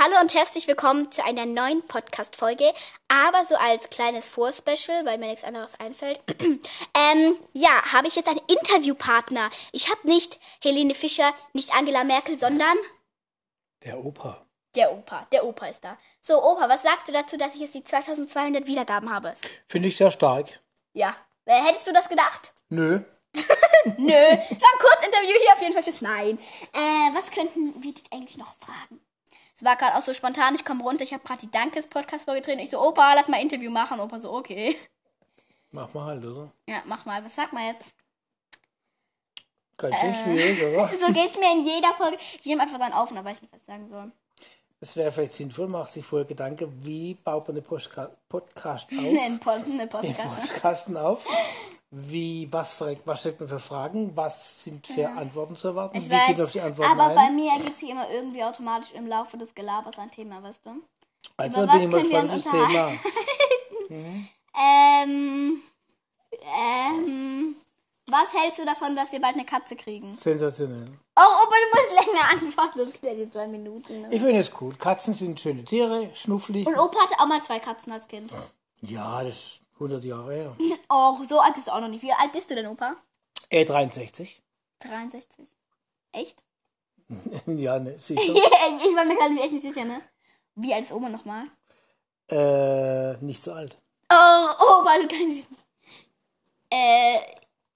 Hallo und herzlich willkommen zu einer neuen Podcast-Folge. Aber so als kleines Vorspecial, weil mir nichts anderes einfällt. ähm, ja, habe ich jetzt einen Interviewpartner. Ich habe nicht Helene Fischer, nicht Angela Merkel, sondern Der Opa. der Opa. Der Opa ist da. So, Opa, was sagst du dazu, dass ich jetzt die 2200 Wiedergaben habe? Finde ich sehr stark. Ja. Äh, hättest du das gedacht? Nö. Nö. War ein Kurzinterview hier auf jeden Fall. Tschüss. Nein. Äh, was könnten wir dich eigentlich noch fragen? Es war gerade auch so spontan. Ich komme runter. Ich habe gerade die Dankes-Podcast vorgetreten. Ich so, Opa, lass mal ein Interview machen. Opa so, okay. Mach mal halt, oder? Ja, mach mal. Was sag mal jetzt? Ganz schön Äh. schwierig, oder? So geht's mir in jeder Folge. Ich nehme einfach dann auf und da weiß ich nicht, was ich sagen soll. Es wäre vielleicht sinnvoll, mach sich vorher Gedanken, wie baut man den Postka Podcast Einen auf? Pod, eine Den Podcast. Podcasten auf? Wie, was, fragt- was stellt man für Fragen? Was sind für Antworten zu erwarten? Ich wie weiß, geht man auf die Antworten aber bei ein? mir ergibt sich immer irgendwie automatisch im Laufe des Gelabers ein Thema, weißt du? Also über da bin ich was mal können gespannt wir auf uns das Thema. Ähm, ähm, was hältst du davon, dass wir bald eine Katze kriegen? Sensationell. Oh, Opa, du musst länger antworten, das geht ja die zwei Minuten. Ne? Ich finde es cool. Katzen sind schöne Tiere, schnufflig. Und Opa hatte auch mal zwei Katzen als Kind. Ja, das ist 100 Jahre her. Oh, so alt bist du auch noch nicht. Wie alt bist du denn, Opa? E63. 63. Echt? ja, ne, sicher. ich war mir gerade echt nicht sicher, ne? Wie alt ist Oma nochmal? äh, nicht so alt. Oh, Opa, du kannst... Äh,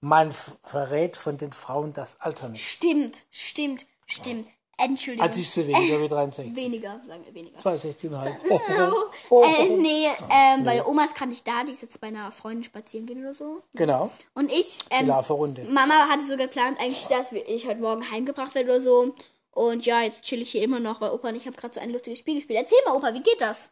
Man f- verrät von den Frauen das Alter nicht. stimmt, stimmt, stimmt. Entschuldigung. Also ich sehe weniger wie 63. weniger, sagen wir weniger. 62,5. Oh, oh, oh. oh, Äh, oh. nee, ähm, weil Oma ist gerade nicht da, die ist jetzt bei einer Freundin spazieren gehen oder so. Genau. Und ich, ähm, Schlaferrunde. Mama hatte so geplant eigentlich, dass wir- ich heute Morgen heimgebracht werde oder so. Und ja, jetzt chill ich hier immer noch, weil Opa und ich haben gerade so ein lustiges Spiel gespielt. Erzähl mal, Opa, wie geht das?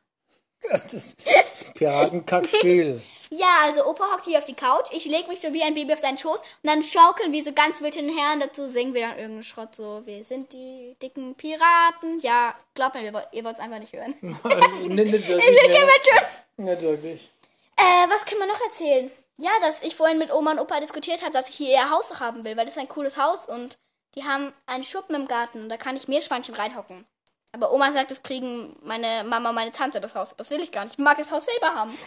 Das ist Piratenkackspiel. Ja, also Opa hockt hier auf die Couch, ich leg mich so wie ein Baby auf seinen Schoß und dann schaukeln wir so ganz wild hin und her und dazu singen wir dann irgendeinen Schrott so, wir sind die dicken Piraten. Ja, glaubt mir, wir woll- ihr wollt es einfach nicht hören. nicht, nicht Wir wirklich. können Ja. mal schön Nicht wirklich. Äh, was kann man noch erzählen? Ja, dass ich vorhin mit Oma und Opa diskutiert habe, dass ich hier ihr Haus haben will, weil das ist ein cooles Haus und die haben einen Schuppen im Garten und da kann ich Meerschweinchen reinhocken. Aber Oma sagt, das kriegen meine Mama und meine Tante das Haus. Das will ich gar nicht. Ich mag das Haus selber haben.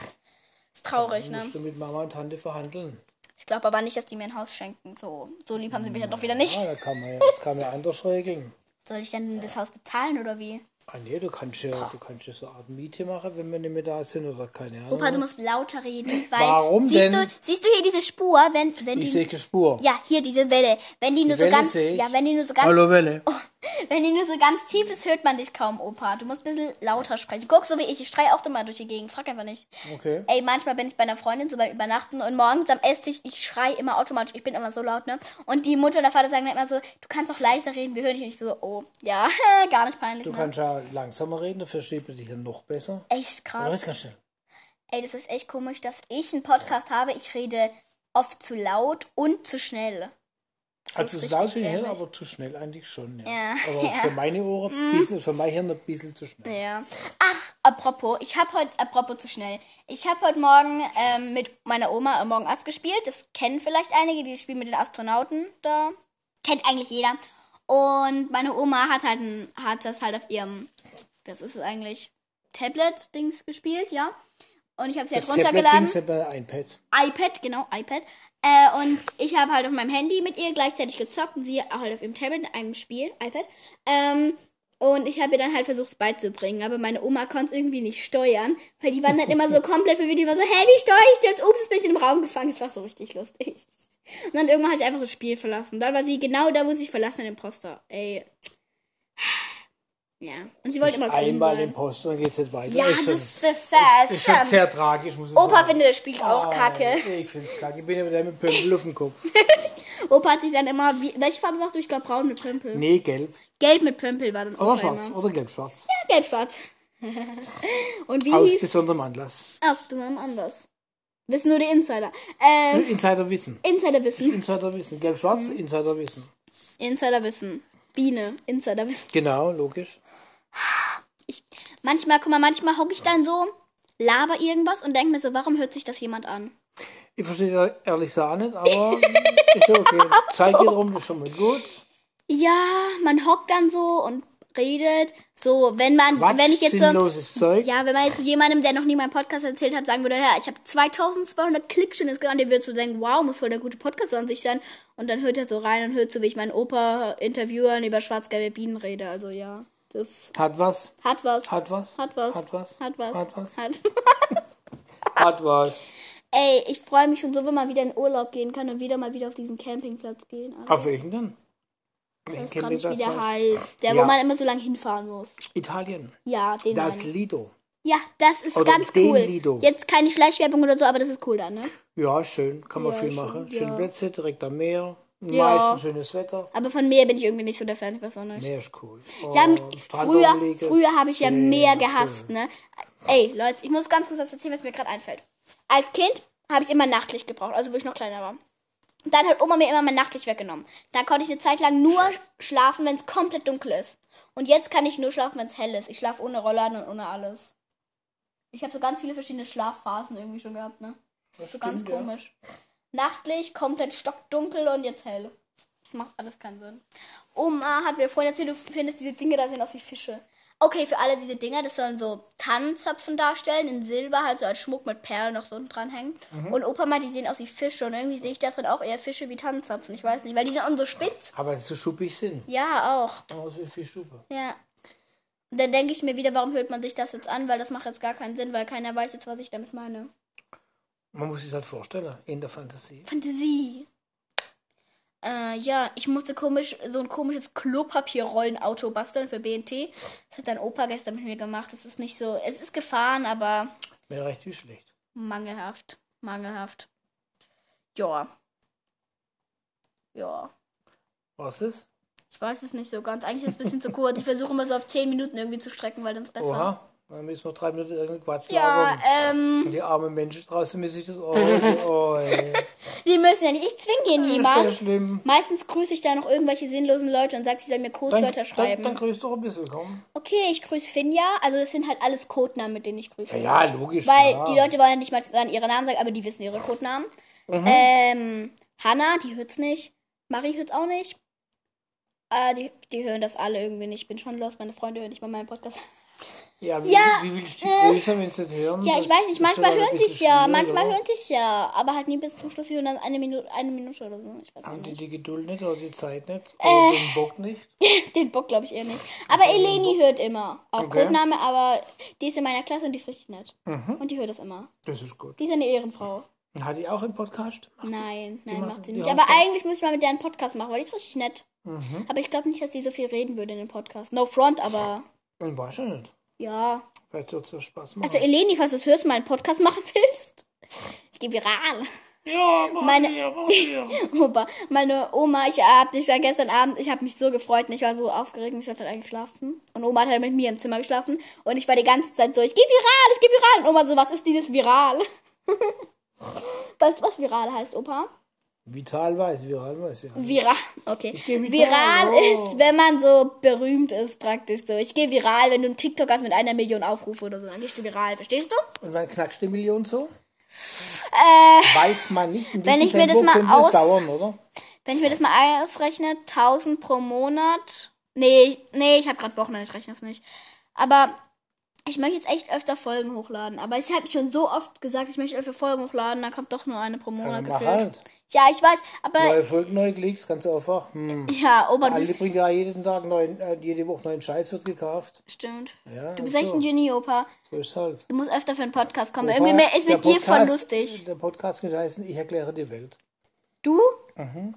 Ist traurig, ne? Musst du mit Mama und Tante verhandeln? Ich glaube aber nicht, dass die mir ein Haus schenken. So, so lieb haben sie mich ja doch wieder nicht. Ah, da kann man ja, das kann man ja anders regeln. Soll ich denn das Haus bezahlen oder wie? Ah nee, du kannst ja, du kannst ja so eine Art Miete machen, wenn wir nicht mehr da sind oder keine Ahnung. Opa, du musst lauter reden, weil. Oh. Warum siehst denn? Du, siehst du hier diese Spur, wenn, wenn ich sehe die. keine Spur. Ja, hier diese Welle. Wenn die nur so Welle ganz. sehe ich. Ja, wenn die nur so ganz Hallo Welle. Oh, Wenn die nur so ganz tief ist, hört man dich kaum, Opa. Du musst ein bisschen lauter sprechen. Guck, so wie ich. Ich schreie auch immer durch die Gegend. Frag einfach nicht. Okay. Ey, manchmal bin ich bei einer Freundin so beim Übernachten und morgens am Esstisch, ich schreie immer automatisch. Ich bin immer so laut, ne? Und die Mutter und der Vater sagen dann immer so, du kannst auch leiser reden, wir hören dich nicht. Ich bin so, oh, ja, gar nicht peinlich, Du ne? kannst ja langsamer reden, dann versteht man dich dann noch besser. Echt Oder krass. was ganz schnell? Ey, das ist echt komisch, dass ich einen Podcast habe. Ich rede oft zu laut und zu schnell. Das Also ist zu richtig laut bin ich nicht, dämlich. aber zu schnell eigentlich schon. Ja. Ja, Mhm. Aber für meine Ohren, bisschen, für mein Hirn ein bisschen zu schnell. Ja. Ach, apropos, ich habe heute, apropos zu schnell, ich habe heute Morgen ähm, mit meiner Oma Among Us gespielt. Das kennen vielleicht einige, die spielen mit den Astronauten da. Kennt eigentlich jeder. Und meine Oma hat halt ein, hat das halt auf ihrem, was ist es eigentlich, Tablet-Dings gespielt, ja. Und ich habe sie jetzt Das Tablet-Ding runtergeladen. ist ja bei iPad. iPad, genau, iPad. Äh, und ich habe halt auf meinem Handy mit ihr gleichzeitig gezockt und sie auch halt auf ihrem Tablet in einem Spiel, iPad. Ähm, und ich habe ihr dann halt versucht, es beizubringen. Aber meine Oma konnte es irgendwie nicht steuern, weil die waren dann immer so komplett verwirrt. Die war so, hey, wie steuere ich das? Ups, jetzt bin ich in den Raum gefangen. Das war so richtig lustig. Und dann irgendwann hat sie einfach das Spiel verlassen. Dann war sie genau da, wo sie sich verlassen hat, Imposter. Ey. Ja. Und sie wollte immer cool Einmal sein. im Post, dann geht es nicht weiter. Ja, ist schon, das, das, das ist ist schon schon. sehr tragisch. Muss ich Opa sagen. findet das Spiel auch Ah, kacke. Ich finde es kacke. Ich bin ja mit einem Pömpel auf dem Kopf. Opa hat sich dann immer, wie, welche Farbe machst du? Ich glaube braun mit Pömpel. Nee, gelb. Gelb mit Pömpel war dann Opa Oder schwarz. immer. Oder gelb-schwarz. Ja, gelb-schwarz. Und wie Aus hieß... besonderem Anlass. Aus besonders anders. Wissen nur die Insider. Ähm, Hm. Insiderwissen. Insiderwissen. Insiderwissen. Gelb-schwarz, Mhm. Insiderwissen. Insiderwissen. Biene. Insiderwissen. Genau, logisch. Ich, manchmal, guck mal, manchmal hocke ich dann so, laber irgendwas und denke mir so, warum hört sich das jemand an? Ich verstehe ja ehrlich gesagt auch nicht, aber ist ja okay. Zeit geht rum, das ist schon mal gut. Ja, man hockt dann so und redet. So, wenn man, Quatsch, wenn ich jetzt so, sinnloses Zeug. ja, wenn man jetzt zu jemandem, der noch nie meinen Podcast erzählt hat, sagen würde, ja, ich habe 2200 Klicks schon insgesamt, der würde so denken, wow, muss voll der gute Podcast an sich sein. Und dann hört er so rein und hört so, wie ich meinen Opa Interviewern über schwarz-gelbe Bienen rede. Also ja, das Hat was, hat was. hat was, Hat was. hat was, Hat was. hat was, Hat. hat was. Ey, ich freue mich schon so, wenn man wieder in Urlaub gehen kann und wieder mal wieder auf diesen Campingplatz gehen. Also, Auf welchen denn? ich Welchen weiß gerade nicht, wie Campingplatz der war heißt. Der, wo Ja. man immer so lange hinfahren muss. das? Italien. Ja, den Das meine ich. Lido. Ja, das ist Oder ganz den cool. Lido. Jetzt keine Schleichwerbung oder so, aber das ist cool dann, ne? Ja, schön. Kann man Ja, viel schön, machen. ja. Schöne Plätze, direkt am Meer. Ja. Meistens schönes Wetter. Aber von Meer bin ich irgendwie nicht so der Fan, ich weiß auch nicht. Meer ist cool. Oh, Ja, m- früher, Strandumliege. früher habe ich ja Sehr mehr schön. gehasst, ne? Ey, Leute, ich muss ganz kurz was erzählen, was mir gerade einfällt. Als Kind habe ich immer Nachtlicht gebraucht, also wo ich noch kleiner war. Und Dann hat Oma mir immer mein Nachtlicht weggenommen. Dann konnte ich eine Zeit lang nur schlafen, wenn es komplett dunkel ist. Und jetzt kann ich nur schlafen, wenn es hell ist. Ich schlafe ohne Rollladen und ohne alles. Ich habe so ganz viele verschiedene Schlafphasen irgendwie schon gehabt, ne? Das So ganz stimmt, ja. komisch. Nachtlicht, komplett stockdunkel und jetzt hell. Das macht alles keinen Sinn. Oma hat mir vorhin erzählt, du findest diese Dinge da sehen aus wie Fische. Okay, für alle diese Dinger, das sollen so Tannenzapfen darstellen, in Silber, halt so als Schmuck mit Perlen noch so dranhängen. Mhm. Und Opa meint, die sehen aus wie Fische. Und irgendwie sehe ich da drin auch eher Fische wie Tannenzapfen. Ich weiß nicht, weil die sind auch so spitz. Aber es ist so schuppig sind. Ja, auch. Aus wie viel Schuppe. Ja. Und dann denke ich mir wieder, warum hört man sich das jetzt an? Weil das macht jetzt gar keinen Sinn, weil keiner weiß jetzt, was ich damit meine. Man muss sich halt vorstellen, in der Fantasie. Fantasie. Äh, ja, ich musste komisch, so ein komisches Klopapierrollenauto basteln für BNT. Das hat dein Opa gestern mit mir gemacht. Es ist nicht so, es ist gefahren, aber Wäre recht wie schlecht. mangelhaft. Mangelhaft. Ja. Ja. Was ist? Ich weiß es nicht so ganz. Eigentlich ist es ein bisschen zu kurz. Ich versuche immer so auf 10 Minuten irgendwie zu strecken, weil dann ist besser. Oha. Dann müssen wir drei Minuten irgendeinen Quatsch Ja, labern. ähm, Die armen Menschen draußen müssen sich das. Oh, oh, ey. die müssen ja nicht. Ich zwinge hier Das ist niemand. ja schlimm. Meistens grüße ich da noch irgendwelche sinnlosen Leute und sag, sie sollen mir Dann, Codewörter dann, schreiben. dann grüß doch ein bisschen, komm. Okay, ich grüße Finja. Also das sind halt alles Codenamen, mit denen ich grüße. Ja, ja logisch. Weil klar. die Leute wollen ja nicht mal dann ihre Namen sagen, aber die wissen ihre Codenamen. Mhm. Ähm, Hanna, die hört's nicht. Marie hört's auch nicht. Äh, die, die hören das alle irgendwie nicht. Ich bin schon los. Meine Freunde hören nicht mal meinen Podcast. Ja, wie, Ja, wie willst du äh, die Grüße, wenn sie nicht hören? Ja, ich weiß nicht. Manchmal hören sie sie's ja. Manchmal hören sie's ja. Aber halt nie bis zum Schluss. Die hören dann eine Minute, eine Minute oder so. Ich weiß auch Haben die nicht. die Geduld nicht oder die Zeit nicht? Äh. Oder den Bock nicht? Den Bock glaube ich eher nicht. Aber Eleni hört immer. Auch Okay. Mhm. Codename, aber die ist in meiner Klasse und die ist richtig nett. Und die hört das immer. Das ist gut. Die ist eine Ehrenfrau. Hat die auch einen Podcast? Nein, nein, machen- macht sie die nicht. haben Aber keinen- eigentlich muss ich mal mit der einen Podcast machen, weil die ist richtig nett. Aber ich glaube nicht, dass sie so viel reden würde in dem Podcast. No front, aber Ich weiß ja nicht. ja. Vielleicht wird es ja Spaß machen. Also Eleni, falls du es hörst, mal einen Podcast machen willst. Ich gehe viral. ja, mach meine- wir, mach wir. Opa, meine Oma, ich hab dich ja gestern Abend, ich habe mich so gefreut und ich war so aufgeregt und ich hatte eigentlich geschlafen. Und Oma hat halt mit mir im Zimmer geschlafen und ich war die ganze Zeit so, ich gehe viral, ich gehe viral. Und Oma so, was ist dieses viral? weißt du, was viral heißt, Opa? Vital weiß, viral weiß, ja. Viral, okay. geh viral, Viral oh. ist, wenn man so berühmt ist, praktisch so. Ich gehe viral, wenn du einen TikTok hast mit einer Million Aufrufe oder so, dann gehst du viral, verstehst du? Und wann knackst du die Million so? Äh, Weiß man nicht. In Wenn diesem ich mir das Tempo mal könnte aus- Es dauern, oder? wenn ich mir das mal ausrechne, 1000 pro Monat. Nee, nee, ich habe gerade Wochenende, ich rechne das nicht. Aber ich möchte jetzt echt öfter Folgen hochladen. Aber ich habe schon so oft gesagt, ich möchte öfter Folgen hochladen, da kommt doch nur eine pro Ja, Monat mach gefühlt. halt. Ja, ich weiß, aber Neue Folgen, neue Klicks, ganz einfach. Hm. ja, Opa, du Alle bist, bringen ja jeden Tag neuen, äh, jede Woche neuen Scheiß wird gekauft. stimmt. Ja, Du bist ist echt so. ein Genie, Opa. So ist halt. Du musst öfter für einen Podcast kommen. Wobei, Irgendwie mehr ist der mit dir voll Podcast- lustig. Der Podcast könnte heißen, ich erkläre die Welt. Du?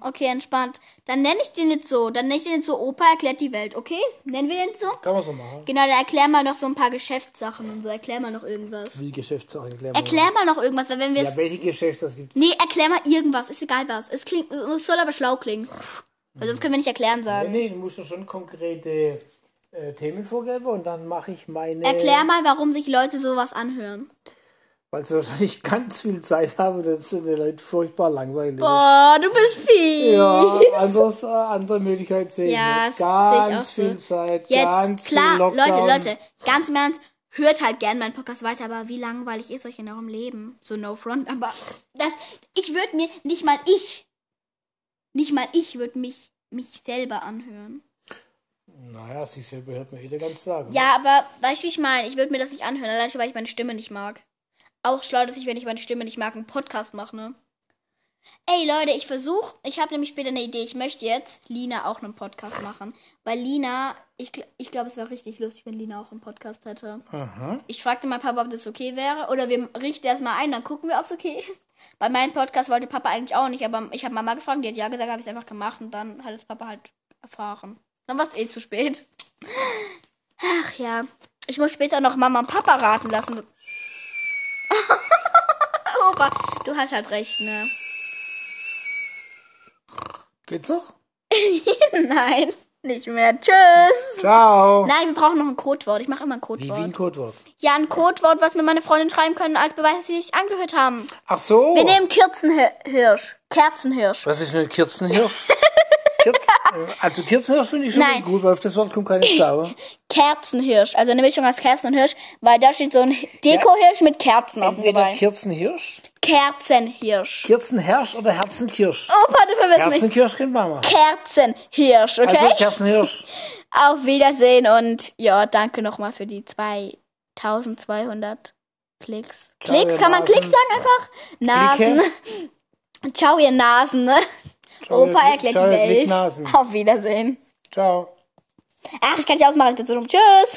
Okay, entspannt. Dann nenne ich den jetzt so. Dann nenne ich den jetzt so Opa erklärt die Welt, okay? Nennen wir den jetzt so? Kann man so machen. Genau, dann erklär mal noch so ein paar Geschäftssachen und so. Erklär mal noch irgendwas. Wie Geschäftssachen erklären. Erklär mal noch irgendwas, weil wenn wir es. Ja, welche Geschäfte es gibt. nee, erklär mal irgendwas. Ist egal was. Es klingt. Es soll aber schlau klingen. Weil sonst können wir nicht erklären Nee, sagen. nee, du musst ja schon konkrete äh, Themen vorgeben und dann mache ich meine. Erklär mal, warum sich Leute sowas anhören. Weil sie wahrscheinlich ganz viel Zeit haben, das sind die Leute furchtbar langweilig. Boah, du bist fies. Ja, anders, äh, andere Möglichkeit sehe Ja, ich nicht. das Ganz sehe ich auch so. viel Zeit, Jetzt, ganz klar, viel Leute, Lockdown. Leute, ganz im Ernst, hört halt gern meinen Podcast weiter, aber wie langweilig ist euch in eurem Leben? So no front, aber das, ich würde mir, nicht mal ich, nicht mal ich würde mich, mich selber anhören. Naja, sich selber hört man eh den ganzen Tag. oder? Ja, aber weißt du, wie ich meine? Ich würde mir das nicht anhören, allein schon, weil ich meine Stimme nicht mag. Auch schlau, dass ich, wenn ich meine Stimme nicht mag, einen Podcast mache, ne? Ey, Leute, ich versuche, ich habe nämlich später eine Idee. Ich möchte jetzt Lina auch einen Podcast machen. Weil Lina, ich, gl- ich glaube, es wäre richtig lustig, wenn Lina auch einen Podcast hätte. Aha. Ich fragte mal Papa, ob das okay wäre. Oder wir richten erst mal ein, dann gucken wir, ob es okay ist. Bei meinem Podcast wollte Papa eigentlich auch nicht, aber ich habe Mama gefragt, die hat ja gesagt, habe ich es einfach gemacht und dann hat es Papa halt erfahren. Dann war es eh zu spät. Ach ja. Ich muss später noch Mama und Papa raten lassen. Opa, du hast halt recht, ne? Geht's noch? Nein, nicht mehr. Tschüss. Ciao. Nein, wir brauchen noch ein Codewort. Ich mache immer ein Wie, wie ein Codewort. Codewort. Ja, ein Codewort, was mir meine Freundin schreiben können, als Beweis, dass sie sich angehört haben. Ach so. Wir nehmen Kerzenhirsch. Kerzenhirsch. Was ist eine Kirzenhirsch? Kirz, äh, also Kirzenhirsch finde ich schon Nein. mal gut, weil auf das Wort kommt keine Zauber. Kerzenhirsch. Also eine Mischung aus Kerzen und Hirsch, weil da steht so ein Dekohirsch mit Kerzen auf dem Entweder dabei. Kirzenhirsch, Kerzenhirsch. Kirzenherrsch oder Herzenkirsch. Opa, du verwirrst mich. Herzenkirsch kennt Mama. Kerzenhirsch, okay? Also Kerzenhirsch. Auf Wiedersehen und ja, danke nochmal für die 2200 Klicks. Ciao, Klicks? ihr Kann man Nasen. Klicks sagen einfach? Nasen. Ciao, ihr Nasen, ne? Ciao, ihr Opa Klick- erklärt ciao, die ihr Welt. Klicknasen. Auf Wiedersehen. Ciao. Ach, ich kann dich ausmachen, ich bin so dumm. Tschüss.